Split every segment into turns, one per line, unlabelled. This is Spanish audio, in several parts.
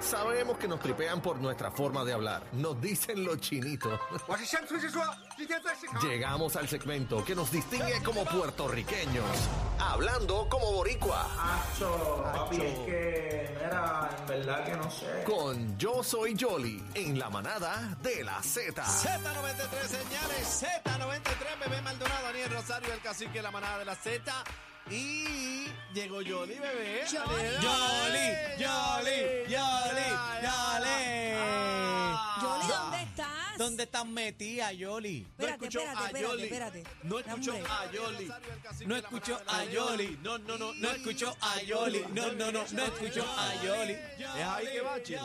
Sabemos que nos tripean por nuestra forma de hablar. Nos dicen los chinitos.
我是乡村之说，今天在市场。
Llegamos al segmento que nos distingue como puertorriqueños. Hablando como boricua.
Acho, papi, es que, mira, en verdad que no sé.
Con Yo Soy Jolly en la manada de la Z.
Z93 señales, Z93, bebé Maldonado, Daniel Rosario, el cacique, la manada de la Z. Y llegó Yoli, bebé. Daniela.
Yoli, Yoli, Yoli,
Ah.
Yoli.
Yoli, ¿dónde estás?
¿Dónde estás metida, Yoli?
No
Espérate,
escuchó
espérate,
a
espérate,
Yoli.
espérate.
No escuchó
Hombre.
a Yoli.
No escuchó a Yoli. No, no, no, no escuchó a Yoli. No, no, no, no escuchó a Yoli.
Es ahí que va, Ah, chido.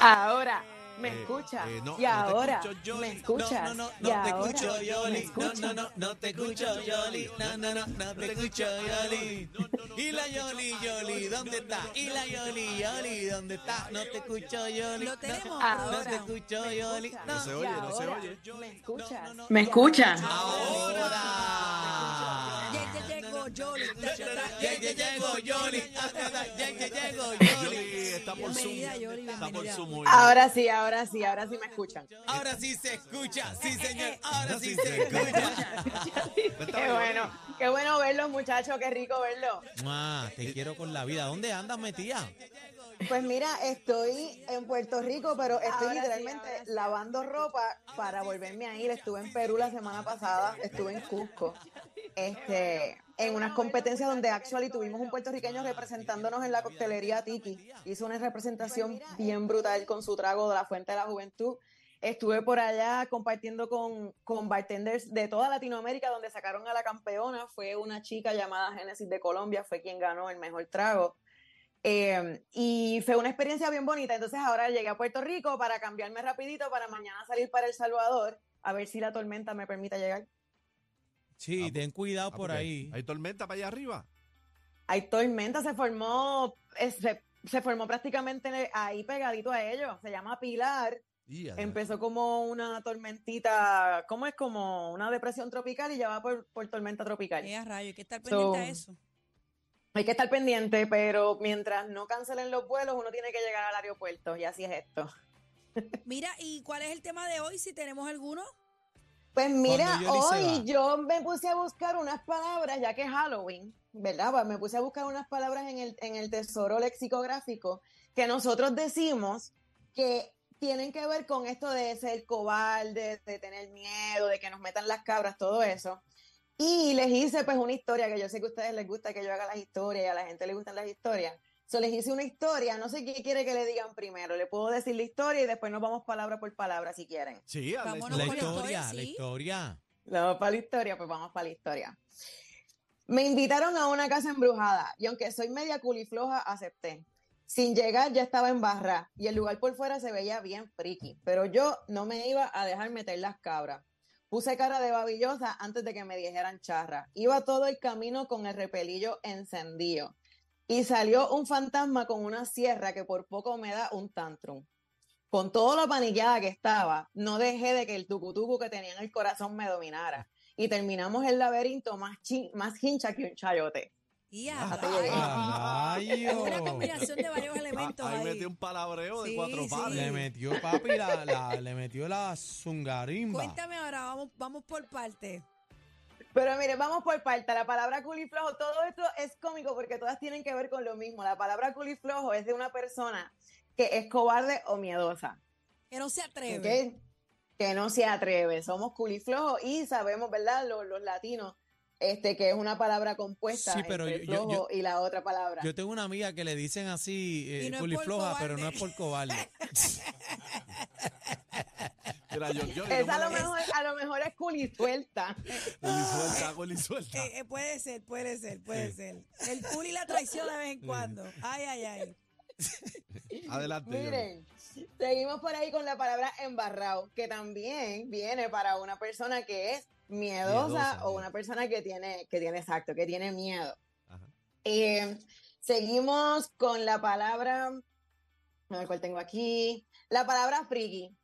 Ahora me
Eh,
escucha.
eh,
y
no, no te
ahora
escucho, Yoli.
me
No,
escuchas.
no, no,
y
no te
ahora
escucho,
me
Yoli. No,
escuchas.
no, no, no te escucho, Yoli. No, no, no, no te escucho, Yoli. Y la Yoli, Ah, Yoli, ¿dónde está? Y la Yoli, Yoli, ¿dónde está? No te escucho, Ah, Yoli.
Lo
No-
tenemos,
No
Ahora
te escucho, Yoli. No,
No
se oye, no se oye.
Me escuchas.
¿Me escucha?
ahora.
Ya que llegó Yoli. ta, ta, ta,
Ya ya llegó Yoli, Ah, ah, ah, ya ya llegó
Yoli
Yoli.
está por Zoom.
Bienvenida, Yoli,
Está por
bienvenida.
Zoom hoy.
Ahora sí, ahora sí, ahora sí me escuchan.
Ahora sí se escucha, sí señor, Eh, ahora sí se escucha.
Qué bueno, qué bueno verlos, muchachos, qué rico verlos.
Ah, te quiero con la vida. ¿Dónde andas metida?
Pues mira, estoy en Puerto Rico, pero estoy
Ahora sí,
literalmente
ahora sí.
lavando ropa para volverme a ir. Estuve en Perú la semana pasada, estuve en Cusco, este, en unas competencias donde actually tuvimos un puertorriqueño representándonos en la coctelería Tiki. Hizo una representación bien brutal con su trago de la Fuente de la Juventud. Estuve por allá compartiendo con, con bartenders de toda Latinoamérica, donde sacaron a la campeona. Fue una chica llamada Génesis de Colombia, fue quien ganó el mejor trago. Eh, y fue una experiencia bien bonita. Entonces ahora llegué a Puerto Rico para cambiarme rapidito para mañana salir para El Salvador, a ver si la tormenta me permite llegar.
Sí,
Ah,
ten cuidado por
porque
ahí.
Hay tormenta para allá arriba.
Hay tormenta, se formó, eh, se, se formó prácticamente ahí pegadito a ellos. Se llama Pilar.
Y adiós.
Empezó como una tormentita, ¿cómo es? Como una depresión tropical y ya va por, por tormenta tropical.
Eh, a rayo, hay que estar pendiente a eso.
Hay que estar pendiente, pero mientras no cancelen los vuelos, uno tiene que llegar al aeropuerto y así es esto.
Mira, ¿y cuál es el tema de hoy? Si tenemos alguno.
Pues mira,
Yoli se
hoy
va.
yo me puse a buscar unas palabras, ya que es Halloween, ¿verdad? Pues me puse a buscar unas palabras en el, en el tesoro lexicográfico que nosotros decimos que tienen que ver con esto de ser cobarde, de tener miedo, de que nos metan las cabras, todo eso. Y les hice pues una historia, que yo sé que a ustedes les gusta que yo haga las historias y a la gente le gustan las historias. So, les hice una historia, no sé qué quiere que le digan primero, le puedo decir la historia y después nos vamos palabra por palabra si quieren.
Sí, a la
Vámonos
La
con la
historia.
historia, la
historia, sí.
historia.
Vamos para la historia, pues vamos para la historia. Me invitaron a una casa embrujada y aunque soy media culifloja, acepté. Sin llegar ya estaba en barra y el lugar por fuera se veía bien friki, pero yo no me iba a dejar meter las cabras. Puse cara de babillosa antes de que me dijeran charra. Iba todo el camino con el repelillo encendido y salió un fantasma con una sierra que por poco me da un tantrum con todo lo paniqueada que estaba, no dejé de que el tucutucu que tenía en el corazón me dominara. Y terminamos el laberinto más, chi- más hincha que un chayote.
Y a
Ah, te
rayo.
llegué.
Es una
Rayo.
combinación de varios elementos
Ah, ahí
ahí.
metí un palabreo de
Sí,
cuatro
sí.
pares.
Le metió papi la, la- le metió la zungarimba.
Cuéntame ahora, vamos, vamos por parte.
Pero mire, vamos por parte. La palabra culiflojo, todo esto es cómico porque todas tienen que ver con lo mismo. La palabra culiflojo es de una persona que es cobarde o miedosa.
Que no se atreve.
¿ok? Que no se atreve. Somos culiflojos y sabemos, ¿verdad? Los, los latinos, este, que es una palabra compuesta
Sí, pero
entre
yo- yo-
flojo
yo-
y la otra palabra.
Yo tengo una amiga que le dicen así, eh,
Y no es por
culifloja, pero no
cobarde.
es por cobarde.
Mira, yo, yo,
Esa a lo, mejor, a lo mejor es culisuelta.
Goli suelta, goli suelta.
Eh, eh, puede ser, puede ser, puede ser. El cool y la traición de vez en cuando. Ay, ay, ay.
Adelante. Yoli.
Miren, Seguimos por ahí con la palabra embarrado, que también viene para una persona que es miedosa,
Miedosa,
o
bien.
una persona que tiene, que tiene exacto, que tiene miedo.
Ajá.
Eh, seguimos con la palabra, a ver cuál tengo aquí, la palabra friki.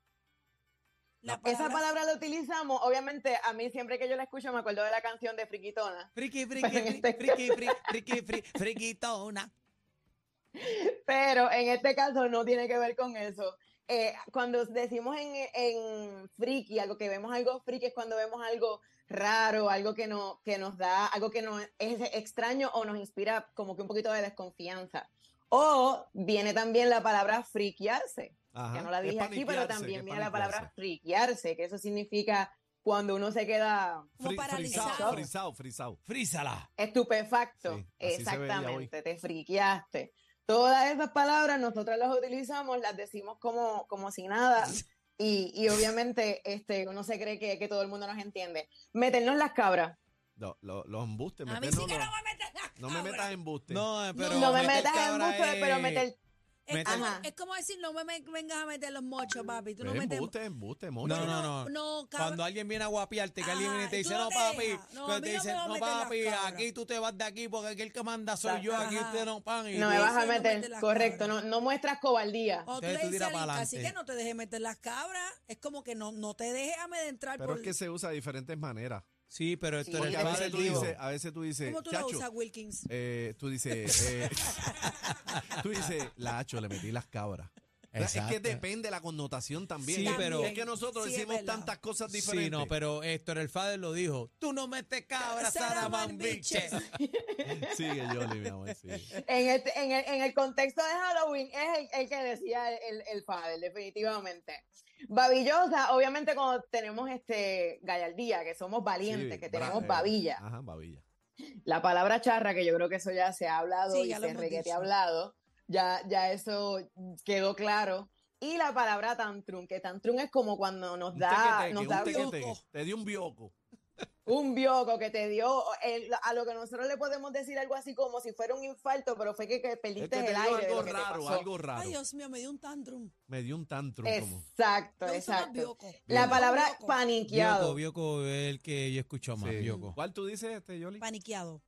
La
Esa palabra la utilizamos, obviamente, a mí siempre que yo la escucho me acuerdo de la canción de Friquitona,
Friki, friki,
Pero en
friki,
este
friki, friki, friki, friki, friquitona.
pero en este caso no tiene que ver con eso. Eh, cuando decimos en, en friki, algo que vemos algo friki es cuando vemos algo raro, algo que, no, que nos da, algo que nos es extraño o nos inspira como que un poquito de desconfianza. O viene también la palabra frikiarse.
Ajá.
que no la
Es
dije aquí,
paniquearse,
pero
que
también
es
viene la palabra
paniquearse.
friquearse, que eso significa cuando uno se queda
Como
Fri-
paralizado.
Frisado, frisado, frisado.
Frízala.
estupefacto.
Sí, así se veía hoy.
Exactamente, te friqueaste. Todas esas palabras nosotros las utilizamos, las decimos como, como si nada. Y, y obviamente este, uno se cree que, que todo el mundo nos entiende. Meternos las cabras.
No, lo- los embustes.
A mí
meter-
sí
no,
que
no,
no, me metas la
no me
cabra.
metas embuste.
No, pero.
no me
meter
metas en
cabra
mucho,
es-
pero meter.
Es,
Meter-
como,
Ajá.
es como decir, no me me vengas a meter los mochos, papi. Tú no
Es
metes.
embuste, embuste, mocho.
No, no, no.
No, cabra-
Cuando alguien viene a guapiarte, que alguien
Ajá,
viene y te
y
dice,
tú no
no,
te
papi.
dejas. No, a
que te
mí no me
dice,
vas a
no,
meter las
papi,
cabras".
aquí tú te vas de aquí porque aquí el que manda soy yo,
Ajá.
aquí usted no pan. y
No me
tú-
vas a
Eso no
meter.
meter las
correcto, no,
cabras.
no muestras cobardía.
O tú
Entonces
le
tú
dices
tiras
a alguien,
pa'lante.
así que no te dejes meter las cabras. Es como que no, no te dejes amedrentar
Pero
por.
es que se usa de diferentes maneras.
Sí, pero esto
Sí,
es
Porque
Pero
a
ya
veces
te
tú
digo.
dices, "Ah, a veces tú dices,
¿Cómo tú la
chacho,
usas, Wilkins?
eh, tú dices, eh, tú dices, la hacho, le metí las cabras.
Exacto.
Es que depende de la connotación también.
Sí,
Es-
pero-
es que nosotros
Sí, es
decimos
verdad.
tantas cosas diferentes.
Sí, no, pero Héctor el Fader lo dijo. Tú no metes cabras, Saramambiche.
Saramambiche.
Sigue Yoli, mi amor, sigue.
En el, en, el, en el contexto de Halloween es el, el que decía el, el, el padre, definitivamente. Babillosa, obviamente cuando tenemos este gallardía, que somos valientes,
Sí,
que
bra-
tenemos
eh,
babilla.
Ajá, babilla.
La palabra charra, que yo creo que eso ya se ha hablado
Sí,
y
ya lo
se
hemos
reguete
dicho.
hablado, ya, ya eso quedó claro. Y la palabra tantrum, que tantrum es como cuando nos
Un
da,
tequeteque,
nos
un
da
tequeteque.
bioco.
Te dio un bioco.
un bioco que te dio, el- a lo que nosotros le podemos decir algo así como si fuera un infarto, pero fue que, que
Es que
perdiste
Este te
el
dio
aire. de
algo
lo que te
raro,
pasó.
algo raro.
Ay, Dios mío, me dio un tantrum.
Me dio un tantrum. Como.
Exacto,
Yo uso más
exacto.
bioco.
La
Bioco,
palabra
bioco.
paniqueado,
Bioco, Bioco es el que yo escucho más,
Sí.
Bioco.
¿Cuál tú dices, este, Yoli?
Paniqueado.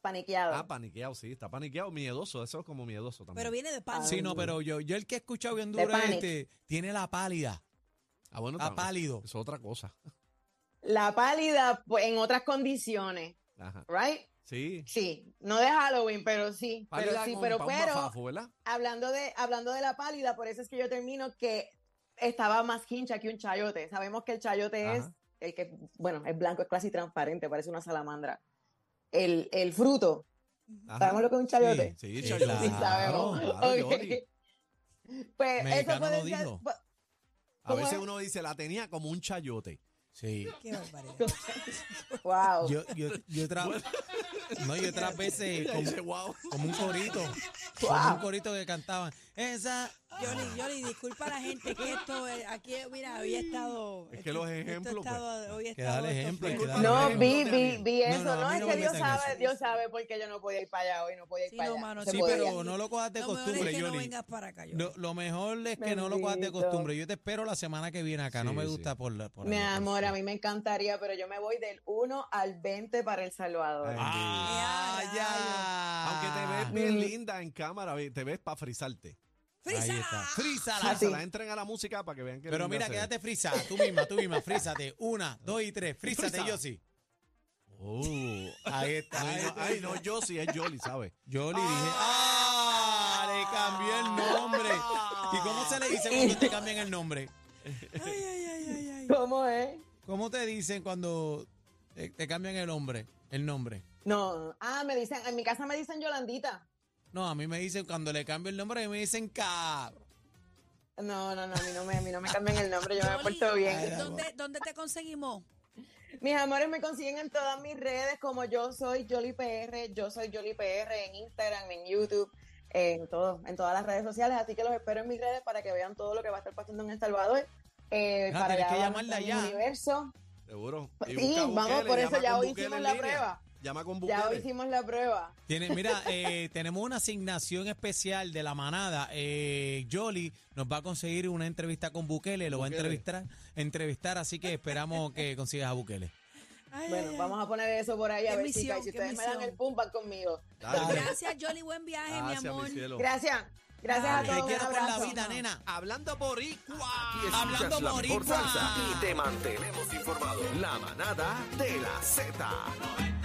paniqueado.
Ah, paniqueado, sí, está paniqueado, miedoso, eso es como miedoso también.
Pero viene de pan.
Sí, no, pero yo, yo el que he escuchado bien duro es
panic.
este, tiene la pálida,
ah, bueno,
la
también.
pálido.
Es otra cosa.
La pálida pues, en otras condiciones,
Ajá.
¿right?
Sí.
Sí, no de Halloween, pero sí, pero
Pálida
sí,
con
pero
pan
pero
bafafo, ¿verdad?
hablando de hablando de la pálida, por eso es que yo termino que estaba más hincha que un chayote. Sabemos que el chayote es
Ajá.
el que bueno, es blanco, es casi transparente, parece una salamandra. El, el fruto,
Ajá.
¿sabemos lo que es un chayote?
Sí,
Sí,
chayote.
Sí,
claro, Ah,
sabemos.
claro,
Ok.
Yoli.
Pues eso
Mexicano
puede
lo
ser- pues,
dijo.
A
¿Cómo
veces
es?
uno dice, la tenía como un chayote.
Sí.
Qué barbaridad.
wow.
Yo, yo, yo otra- no, y otras veces
Ella
como,
dice, wow.
como un corito, como un
Wow.
corito que cantaban. Esa,
Yoli, Yoli, disculpa a la gente que esto, eh, aquí, mira, había estado.
Es que los
esto- esto
ejemplos, pues.
estaba- hoy
que
estaba
dale
esto
ejemplo, hay que
fuerte.
darle
No,
ejemplo.
vi, vi, vi
No, no,
eso. No,
a mí
es
no
que
me
Dios
metan
sabe,
eso.
Dios sabe por qué yo no podía ir para allá hoy, no podía ir
Sí,
para
no,
allá.
mano,
se
Sí,
podía.
pero no lo cojas de
Lo mejor
costumbre,
es que no
Yoli.
vengas para acá, Yoli.
Lo, lo mejor es que no lo cojas de
Bendito.
costumbre. Yo te espero la semana que viene acá. no
Sí,
me
sí.
gusta por la. Por
Mi
ahí, por
amor, a
sí.
mí me encantaría, pero yo me voy del 1 al 20 para El Salvador.
Ay.
Ah,
Ya,
ya.
Ah,
Aunque te
mm.
ves bien linda en cámara, ve- te ves para frizarte.
¡Frisa!
Ahí está. Frízala.
Así.
Frízala, entren a la música para que vean que
Pero mira, quédate frisada. Tú misma, tú misma, frízate. Una, dos y tres. Frízate,
Frízala.
yo sí.
Oh. Ay,
Ahí está.
no, ay, no, yo sí, es Yoli, ¿sabes?
Yo le dije. ¡Ah! Le cambié el nombre. ¿Y cómo se le dice cuando te cambian el nombre?
Ay, ay, ay, ay, ay.
¿Cómo es?
¿Cómo te dicen cuando te, te cambian el nombre? El nombre.
No, no. ah, me dicen, en mi casa me dicen Yolandita.
No, a mí me dicen cuando le cambio el nombre, a mí me dicen cabrón.
No, no, no, a mí no me, a mí no me cambian el nombre, yo me
Yoli,
porto bien.
¿Dónde, dónde te conseguimos?
Mis amores me consiguen en todas mis redes como yo soy Yoli PR, yo soy Yoli PR en Instagram, en YouTube, en todo, en todas las redes sociales, así que los espero en mis redes para que vean todo lo que va a estar pasando en El Salvador. Eh,
Ah,
para
tenés
allá
que
va
llamarla
nuestro
ya.
universo.
Seguro. Y
Sí,
busca
vamos,
Bukele,
por eso
llama
ya
con
hoy
Bukele
hicimos
en
la
línea.
prueba.
Llama con
Ya hoy
Bukele.
hicimos la prueba.
Tiene, mira, eh, tenemos una asignación especial de la manada. Eh, Jolly nos va a conseguir una entrevista con Bukele, lo va a
Bukele.
entrevistar, entrevistar, así que esperamos que consigas a Bukele.
Ay, ay,
Bueno,
ay.
vamos a poner eso por ahí a
Qué
ver,
misión,
chicas. y Si
qué
ustedes me dan
misión.
el pum, van conmigo.
Dale. pues.
Gracias, Jolly. Buen viaje,
Gracias,
mi
mi
amor.
cielo.
Gracias. Gracias
Ay,
a
te
todos.
Te
un
quiero por la
abrazo.
vida, nena.
Hablando boricua.
Y escuchas
Hablando
la mejor
boricua.
salsa y te mantenemos informado. La manada de la Z.